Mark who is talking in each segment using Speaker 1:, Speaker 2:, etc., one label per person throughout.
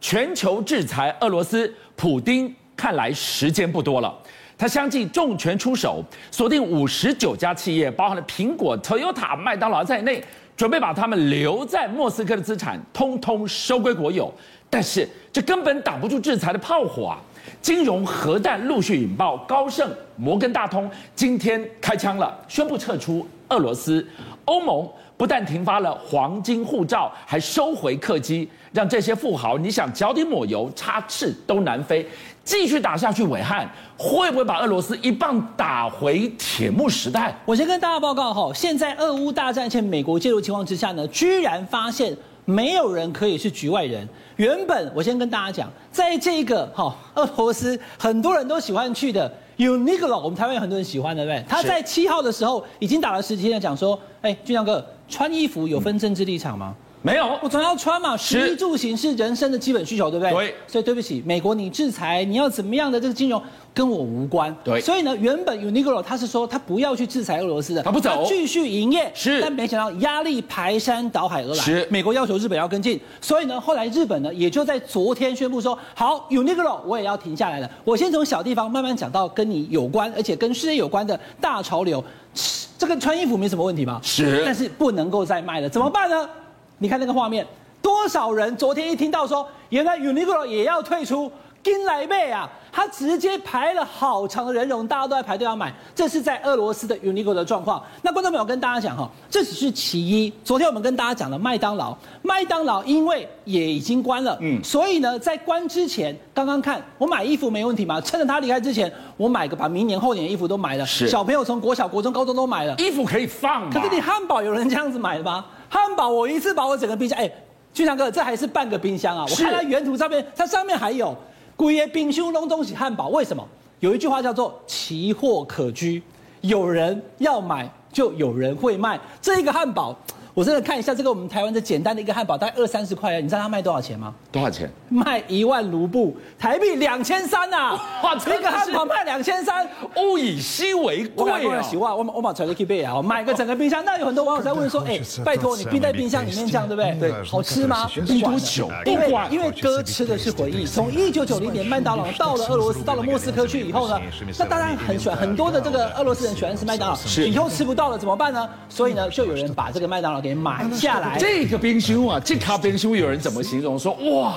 Speaker 1: 全球制裁俄罗斯，普丁看来时间不多了。他相继重拳出手，锁定五十九家企业，包含了苹果、Toyota、麦当劳在内，准备把他们留在莫斯科的资产通通收归国有。但是这根本挡不住制裁的炮火啊！金融核弹陆续引爆，高盛、摩根大通今天开枪了，宣布撤出俄罗斯。欧盟不但停发了黄金护照，还收回客机，让这些富豪你想脚底抹油、插翅都难飞。继续打下去，伟汉会不会把俄罗斯一棒打回铁幕时代？
Speaker 2: 我先跟大家报告哈，现在俄乌大战欠美国介入情况之下呢，居然发现没有人可以是局外人。原本我先跟大家讲，在这个哈、俄罗斯，很多人都喜欢去的 Uniqlo，我们台湾有很多人喜欢，对不对？他在七号的时候已经打了十几天了，讲说，哎，俊亮哥，穿衣服有分政治立场吗？
Speaker 1: 没有，
Speaker 2: 我总要穿嘛，食衣住行是人生的基本需求，对不对？
Speaker 1: 对
Speaker 2: 所以对不起，美国你制裁，你要怎么样的这个金融跟我无关。
Speaker 1: 对
Speaker 2: 所以呢，原本 Uniqlo 他是说他不要去制裁俄罗斯的，
Speaker 1: 他不走
Speaker 2: 继续营业。
Speaker 1: 是
Speaker 2: 但没想到压力排山倒海而来。
Speaker 1: 是
Speaker 2: 美国要求日本要跟进，所以呢，后来日本呢也就在昨天宣布说，好，Uniqlo 我也要停下来了。我先从小地方慢慢讲到跟你有关，而且跟世界有关的大潮流。这个穿衣服没什么问题吧？
Speaker 1: 是
Speaker 2: 但是不能够再卖了，怎么办呢？你看那个画面，多少人昨天一听到说原来 Uniqlo 也要退出，金来妹啊，他直接排了好长的人龙，大家都在排队要买。这是在俄罗斯的 Uniqlo 的状况。那观众朋友跟大家讲哈，这只是其一。昨天我们跟大家讲了麦当劳，麦当劳因为也已经关了，嗯，所以呢，在关之前，刚刚看我买衣服没问题嘛，趁着他离开之前，我买个把明年后年的衣服都买了，
Speaker 1: 是
Speaker 2: 小朋友从国小、国中、高中都买了。
Speaker 1: 衣服可以放
Speaker 2: 可
Speaker 1: 嘛
Speaker 2: 是你汉堡有人这样子买的吗？汉堡我一次把我整个冰箱，哎，俊强哥，这还是半个冰箱啊！我
Speaker 1: 是
Speaker 2: 看它原图照片，它上面还有古爷冰箱弄东西汉堡，为什么？有一句话叫做“奇货可居”，有人要买就有人会卖。这一个汉堡，我真的看一下这个我们台湾的简单的一个汉堡，大概二三十块啊，你知道它卖多少钱吗？
Speaker 1: 多少钱？
Speaker 2: 卖一万卢布，台币两千三呐！
Speaker 1: 哇
Speaker 2: 哇，
Speaker 1: 真的
Speaker 2: 这
Speaker 1: 是
Speaker 2: 个汉堡卖两千三，
Speaker 1: 物以稀为
Speaker 2: 我
Speaker 1: 贵
Speaker 2: 买过来
Speaker 1: 啊！
Speaker 2: 洗袜，我买我买 t r i k y b 啊，我买个整个冰箱。那有很多网友在问说，哎，拜托你冰在冰箱里面这样对不对？
Speaker 3: 对
Speaker 2: 好吃吗？
Speaker 3: 冰
Speaker 1: 多久
Speaker 2: 因为
Speaker 1: 不管
Speaker 2: 因为哥吃的是回忆。从一九九零年麦当劳到了俄罗斯，到了莫斯科去以后呢，那当然很喜欢很多的这个俄罗斯人喜欢吃麦当劳，以后吃不到了怎么办呢？所以呢，就有人把这个麦当劳给买下来。
Speaker 1: 哎这个冰箱
Speaker 2: 哎
Speaker 1: 啊，这卡冰箱有人怎么形容说哇？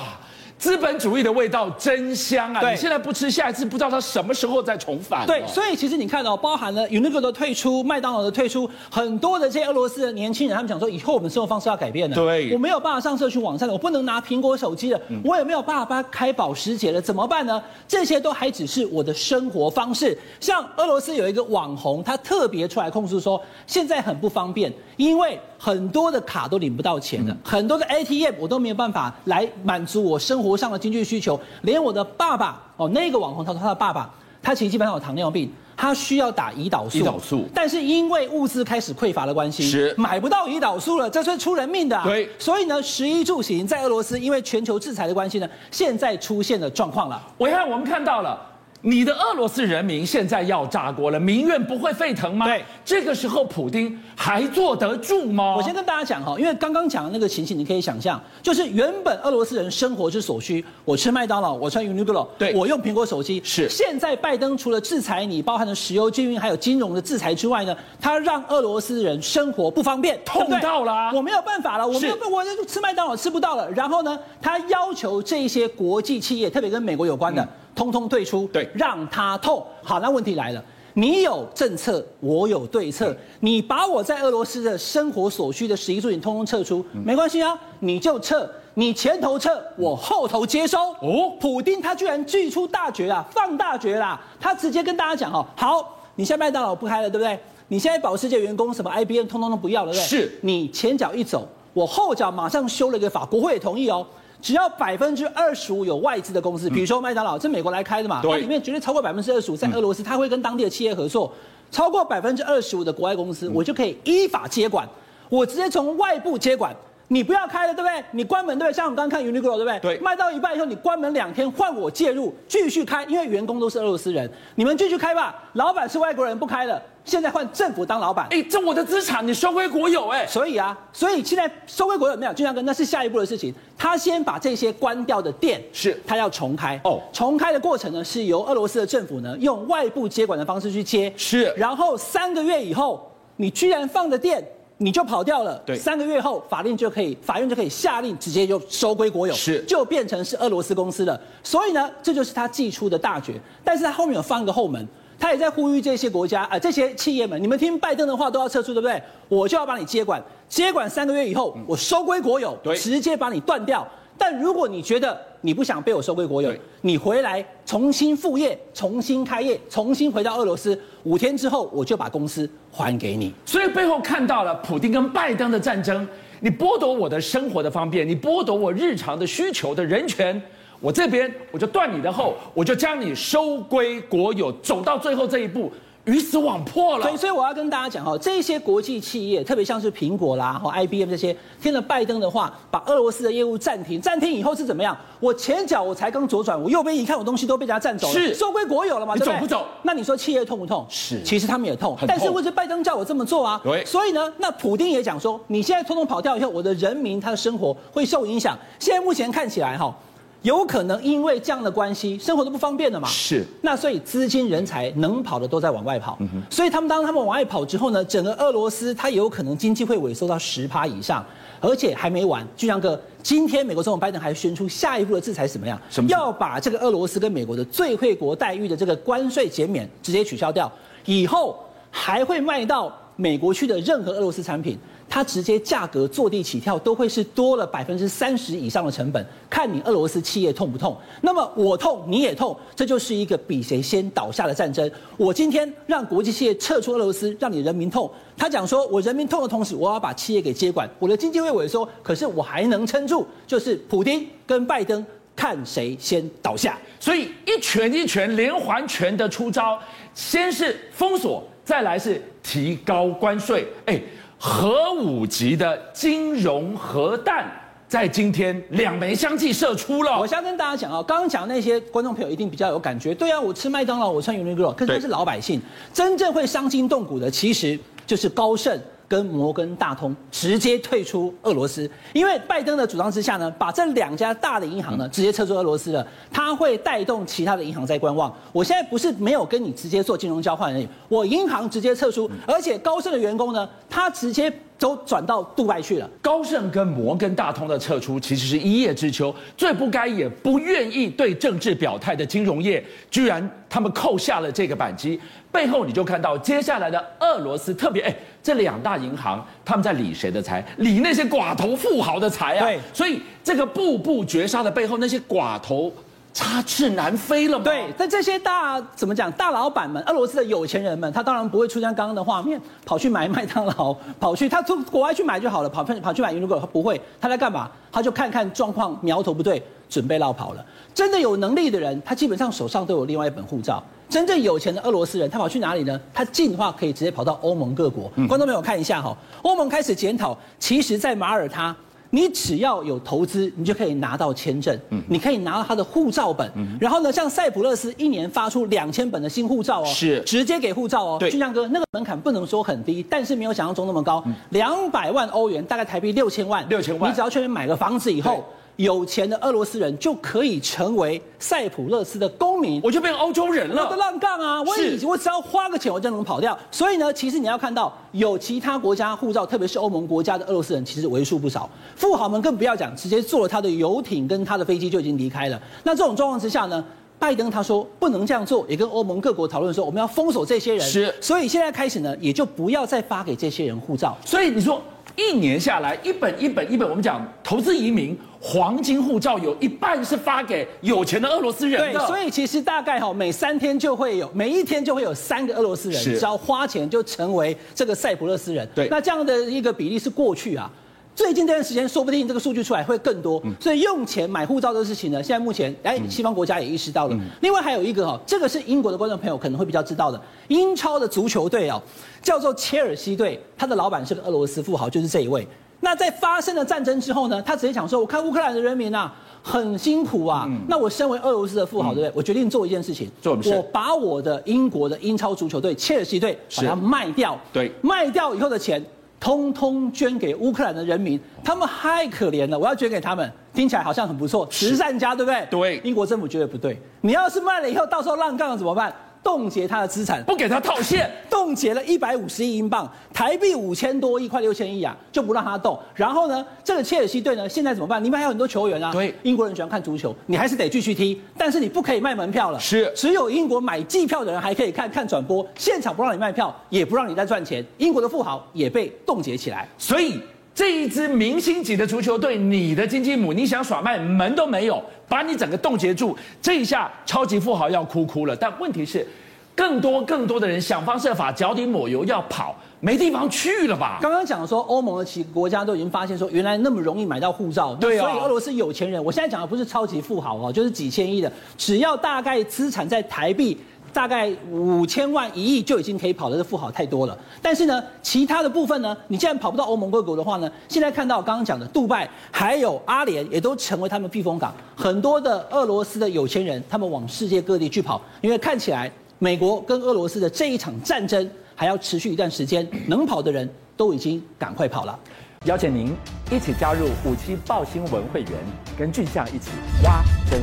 Speaker 1: 资本主义的味道真香啊！
Speaker 2: 对
Speaker 1: 你现在不吃，下一次不知道它什么时候再重返哦。
Speaker 2: 对，所以其实你看哦，包含了 Uniqlo 的退出、麦当劳的退出，很多的这些俄罗斯的年轻人，他们想说，以后我们生活方式要改变了。
Speaker 1: 对
Speaker 2: 我没有办法上社群网站了，我不能拿苹果手机了，
Speaker 1: 嗯
Speaker 2: 我也没有办法开保时捷了，怎么办呢？这些都还只是我的生活方式。像俄罗斯有一个网红，他特别出来控诉说，现在很不方便，因为很多的卡都领不到钱
Speaker 1: 嗯
Speaker 2: 了，很多的 ATM 我都没有办法来满足我生活上的经济需求，连我的爸爸哦，那个网红他说他的爸爸。他其实基本上有糖尿病，他需要打胰岛素。
Speaker 1: 胰岛素
Speaker 2: 但是因为物资开始匮乏的关系，
Speaker 1: 是
Speaker 2: 买不到胰岛素了，这是出人命的、啊。
Speaker 1: 对
Speaker 2: 所以呢，食衣住行在俄罗斯因为全球制裁的关系呢，现在出现了状况了。
Speaker 1: 维汉，我们看到了。你的俄罗斯人民现在要炸锅了，民怨不会沸腾吗？
Speaker 2: 对，
Speaker 1: 这个时候普丁还坐得住吗？
Speaker 2: 我先跟大家讲哈，因为刚刚讲的那个情形，你可以想象，就是原本俄罗斯人生活之所需，我吃麦当劳，我穿 Uniqlo，
Speaker 1: 对
Speaker 2: 我用苹果手机。
Speaker 1: 是
Speaker 2: 现在拜登除了制裁你，包含了石油禁运还有金融的制裁之外呢，他让俄罗斯人生活不方便，
Speaker 1: 痛
Speaker 2: 对不对
Speaker 1: 到了啊
Speaker 2: 我没有办法了，我没有
Speaker 1: 是，
Speaker 2: 我就吃麦当劳吃不到了。然后呢，他要求这些国际企业，特别跟美国有关的，通通退出，
Speaker 1: 嗯对
Speaker 2: 让他痛。好，那问题来了。你有政策，我有对
Speaker 1: 嗯
Speaker 2: 策。你把我在俄罗斯的生活所需的食衣住行通通撤出，
Speaker 1: 嗯
Speaker 2: 没关系啊，你就撤，你前头撤，我后头接收。
Speaker 1: 哦
Speaker 2: 哦，普丁他居然祭出大绝啊，放大绝啦！他直接跟大家讲哦，好，你现在麦当劳不开了，对不对？你现在保时捷员工什么 IBM 通通都不要了，对不对？
Speaker 1: 是
Speaker 2: 你前脚一走，我后脚马上修了一个法，国会也同意哦。只要百分之二十五有外资的公司，比如说麦当劳，这美国来开的
Speaker 1: 嗯
Speaker 2: 嘛，
Speaker 1: 对嗯
Speaker 2: 它里面绝对超过百分之二十五，在俄罗斯它会跟当地的企业合作，超
Speaker 1: 嗯
Speaker 2: 过百分之二十五的国外公司，我就可以依法接管，我直接从外部接管。你不要开了，对不对？你关门，对不对？像我们刚刚看 Uniqlo，对不对？
Speaker 1: 对
Speaker 2: 卖到一半以后，你关门两天，换我介入继续开，因为员工都是俄罗斯人，你们继续开吧。老板是外国人，不开了。现在换政府当老板，
Speaker 1: 哎，这我的资产你收归国有，哎，
Speaker 2: 所以啊，所以现在收归国有没有？俊亮哥，那是下一步的事情。他先把这些关掉的店
Speaker 1: 是
Speaker 2: 他要重开
Speaker 1: 哦
Speaker 2: 重开的过程呢，是由俄罗斯的政府呢用外部接管的方式去接，
Speaker 1: 是
Speaker 2: 然后三个月以后，你居然放的店。你就跑掉了。
Speaker 1: 对
Speaker 2: 三个月后，法令就可以，法院就可以下令直接就收归国有，
Speaker 1: 是
Speaker 2: 就变成是俄罗斯公司了。所以呢，这就是他寄出的大绝。但是他后面有放一个后门，他也在呼吁这些国家啊、呃这些企业们，你们听拜登的话都要撤出，对不对？我就要把你接管，接管三个月以后，我收归国有，
Speaker 1: 嗯对
Speaker 2: 直接把你断掉。但如果你觉得你不想被我收归国有
Speaker 1: 对，
Speaker 2: 你回来重新副业、重新开业、重新回到俄罗斯，五天之后我就把公司还给你。
Speaker 1: 所以背后看到了普丁跟拜登的战争，你剥夺我的生活的方便，你剥夺我日常的需求的人权，我这边我就断你的后，我就将你收归国有，走到最后这一步，鱼死网破了
Speaker 2: 所以，。所以我要跟大家讲哈，哦这些国际企业，特别像是苹果啦、哦和 IBM 这些，听了拜登的话，把俄罗斯的业务暂停，暂停以后是怎么样？我前脚我才刚左转，我右边一看，我东西都被人家占走了，
Speaker 1: 是
Speaker 2: 收归国有了嘛？
Speaker 1: 你
Speaker 2: 对对
Speaker 1: 走不走
Speaker 2: 那你说企业痛不痛？
Speaker 1: 是
Speaker 2: 其实他们也痛，
Speaker 1: 很痛
Speaker 2: 但是问题是拜登叫我这么做啊。
Speaker 1: 对
Speaker 2: 所以呢，那普丁也讲说，你现在通通跑掉以后，我的人民他的生活会受影响。现在目前看起来哈。有可能因为这样的关系，生活都不方便了嘛？
Speaker 1: 是
Speaker 2: 那所以资金、人才能跑的都在往外跑，所以他们当他们往外跑之后呢，整个俄罗斯它有可能经济会萎缩到十趴以上，而且还没完。就像哥，今天美国总统拜登还宣出下一步的制裁是什么样？
Speaker 1: 什么
Speaker 2: 要把这个俄罗斯跟美国的最惠国待遇的这个关税减免直接取消掉，以后还会卖到美国去的任何俄罗斯产品，它直接价格坐地起跳，都会是多了百分之三十以上的成本，看你俄罗斯企业痛不痛。那么我痛，你也痛，这就是一个比谁先倒下的战争。我今天让国际企业撤出俄罗斯，让你人民痛。他讲说，我人民痛的同时，我要把企业给接管，我的经济会萎缩，可是我还能撑住，就是普丁跟拜登。看谁先倒下。
Speaker 1: 所以一拳一拳连环拳的出招，先是封锁，再来是提高关税，哎，核武级的金融核弹在今天两枚相继射出了
Speaker 2: 我。先跟大家讲啊，刚刚讲那些观众朋友一定比较有感觉。对啊，我吃麦当劳，我穿 Uniqlo，可是
Speaker 1: 对
Speaker 2: 他是老百姓，真正会伤筋动骨的，其实就是高盛。跟摩根大通直接退出俄罗斯，因为拜登的主张之下呢，把这两家大的银行呢直接撤出俄罗斯了，它会带动其他的银行在观望。我现在不是没有跟你直接做金融交换而已，我银行直接撤出，而且高盛的员工呢，他直接都转到杜拜去了。
Speaker 1: 高盛跟摩根大通的撤出其实是一叶知秋，最不该也不愿意对政治表态的金融业，居然他们扣下了这个扳机。背后你就看到接下来的俄罗斯，特别哎，这两大银行他们在理谁的财？理那些寡头富豪的财啊！
Speaker 2: 对
Speaker 1: 所以这个步步绝杀的背后，那些寡头插翅难飞了嘛？
Speaker 2: 对，但这些大怎么讲？大老板们，俄罗斯的有钱人们，他当然不会出现刚刚的画面，跑去买麦当劳，跑去他从国外去买就好了，跑跑去买如果他不会，他在干嘛？他就看看状况，苗头不对，准备绕跑了。真的有能力的人，他基本上手上都有另外一本护照。真正有钱的俄罗斯人，他跑去哪里呢？他进化可以直接跑到欧盟各国。观众朋友看一下哈、欧盟开始检讨，其实，在马耳他。你只要有投资，你就可以拿到签证，
Speaker 1: 嗯
Speaker 2: 你可以拿到他的护照本，然后呢，像塞浦路斯一年发出两千本的新护照哦，
Speaker 1: 是
Speaker 2: 直接给护照哦。
Speaker 1: 对
Speaker 2: 俊亮哥，那个门槛不能说很低，但是没有想象中那么高，两百、万欧元，大概台币六千万，
Speaker 1: 6000万
Speaker 2: 你只要去那边买个房子以后
Speaker 1: 对。
Speaker 2: 有钱的俄罗斯人就可以成为塞浦路斯的公民，
Speaker 1: 我就变欧洲人
Speaker 2: 我的
Speaker 1: 了。
Speaker 2: 浪杠啊！我
Speaker 1: 是
Speaker 2: 以我只要花个钱，我就能跑掉。所以呢，其实你要看到有其他国家护照，特别是欧盟国家的俄罗斯人，其实为数不少。富豪们更不要讲，直接坐了他的游艇跟他的飞机就已经离开了。那这种状况之下呢？拜登他说不能这样做，也跟欧盟各国讨论说我们要封锁这些人。
Speaker 1: 是
Speaker 2: 所以现在开始呢，也就不要再发给这些人护照。
Speaker 1: 所以你说一年下来，一本一本一本，我们讲投资移民黄金护照有一半是发给有钱的俄罗斯人
Speaker 2: 对
Speaker 1: 的，，
Speaker 2: 所以其实大概哈、每三天就会有，每一天就会有三个俄罗斯人，
Speaker 1: 是
Speaker 2: 只要花钱就成为这个塞浦路斯人。
Speaker 1: 对
Speaker 2: 那这样的一个比例是过去啊。最近这段时间，说不定这个数据出来会更多，
Speaker 1: 嗯
Speaker 2: 所以用钱买护照的事情呢，现在目前，哎，西方国家也意识到
Speaker 1: 嗯
Speaker 2: 了。另外还有一个哈、这个是英国的观众朋友可能会比较知道的，英超的足球队哦，叫做切尔西队，他的老板是个俄罗斯富豪，就是这一位。那在发生了战争之后呢，他直接想说，我看乌克兰的人民啊很辛苦啊，那我身为俄罗斯的富豪，对不对？我决定做一件事情，
Speaker 1: 嗯做什么事
Speaker 2: 我把我的英国的英超足球队切尔西队把
Speaker 1: 是
Speaker 2: 它卖掉，
Speaker 1: 对
Speaker 2: 卖掉以后的钱。通通捐给乌克兰的人民，他们太可怜了，我要捐给他们，听起来好像很不错，慈善家对不对？
Speaker 1: 对
Speaker 2: 英国政府觉得不对，你要是卖了以后，到时候浪杠了怎么办？冻结他的资产，
Speaker 1: 不给他套现，
Speaker 2: 冻结了一百五十亿英镑，台币五千多亿，快六千亿啊，就不让他动。然后呢，这个切尔西队呢，现在怎么办？你们还有很多球员啊。
Speaker 1: 对
Speaker 2: 英国人喜欢看足球，你还是得继续踢，但是你不可以卖门票了。
Speaker 1: 是
Speaker 2: 只有英国买季票的人还可以看看转播，现场不让你卖票，也不让你再赚钱。英国的富豪也被冻结起来。
Speaker 1: 所以这一支明星级的足球队，你的金鸡母，你想耍卖门都没有，把你整个冻结住，这一下超级富豪要哭哭了。但问题是，更多更多的人想方设法脚底抹油要跑，没地方去了吧？
Speaker 2: 刚刚讲说，欧盟的其国家都已经发现说，原来那么容易买到护照，
Speaker 1: 对啊
Speaker 2: 哦所以俄罗斯有钱人，我现在讲的不是超级富豪哦，就是几千亿的，只要大概资产在台币。大概五千万一亿就已经可以跑的这富豪太多了，但是呢，其他的部分呢，你既然跑不到欧盟各国的话呢，现在看到刚刚讲的杜拜还有阿联也都成为他们避风港，很多的俄罗斯的有钱人他们往世界各地去跑，因为看起来美国跟俄罗斯的这一场战争还要持续一段时间，能跑的人都已经赶快跑了。
Speaker 3: 邀请您一起加入五七报新闻会员，跟俊相一起挖真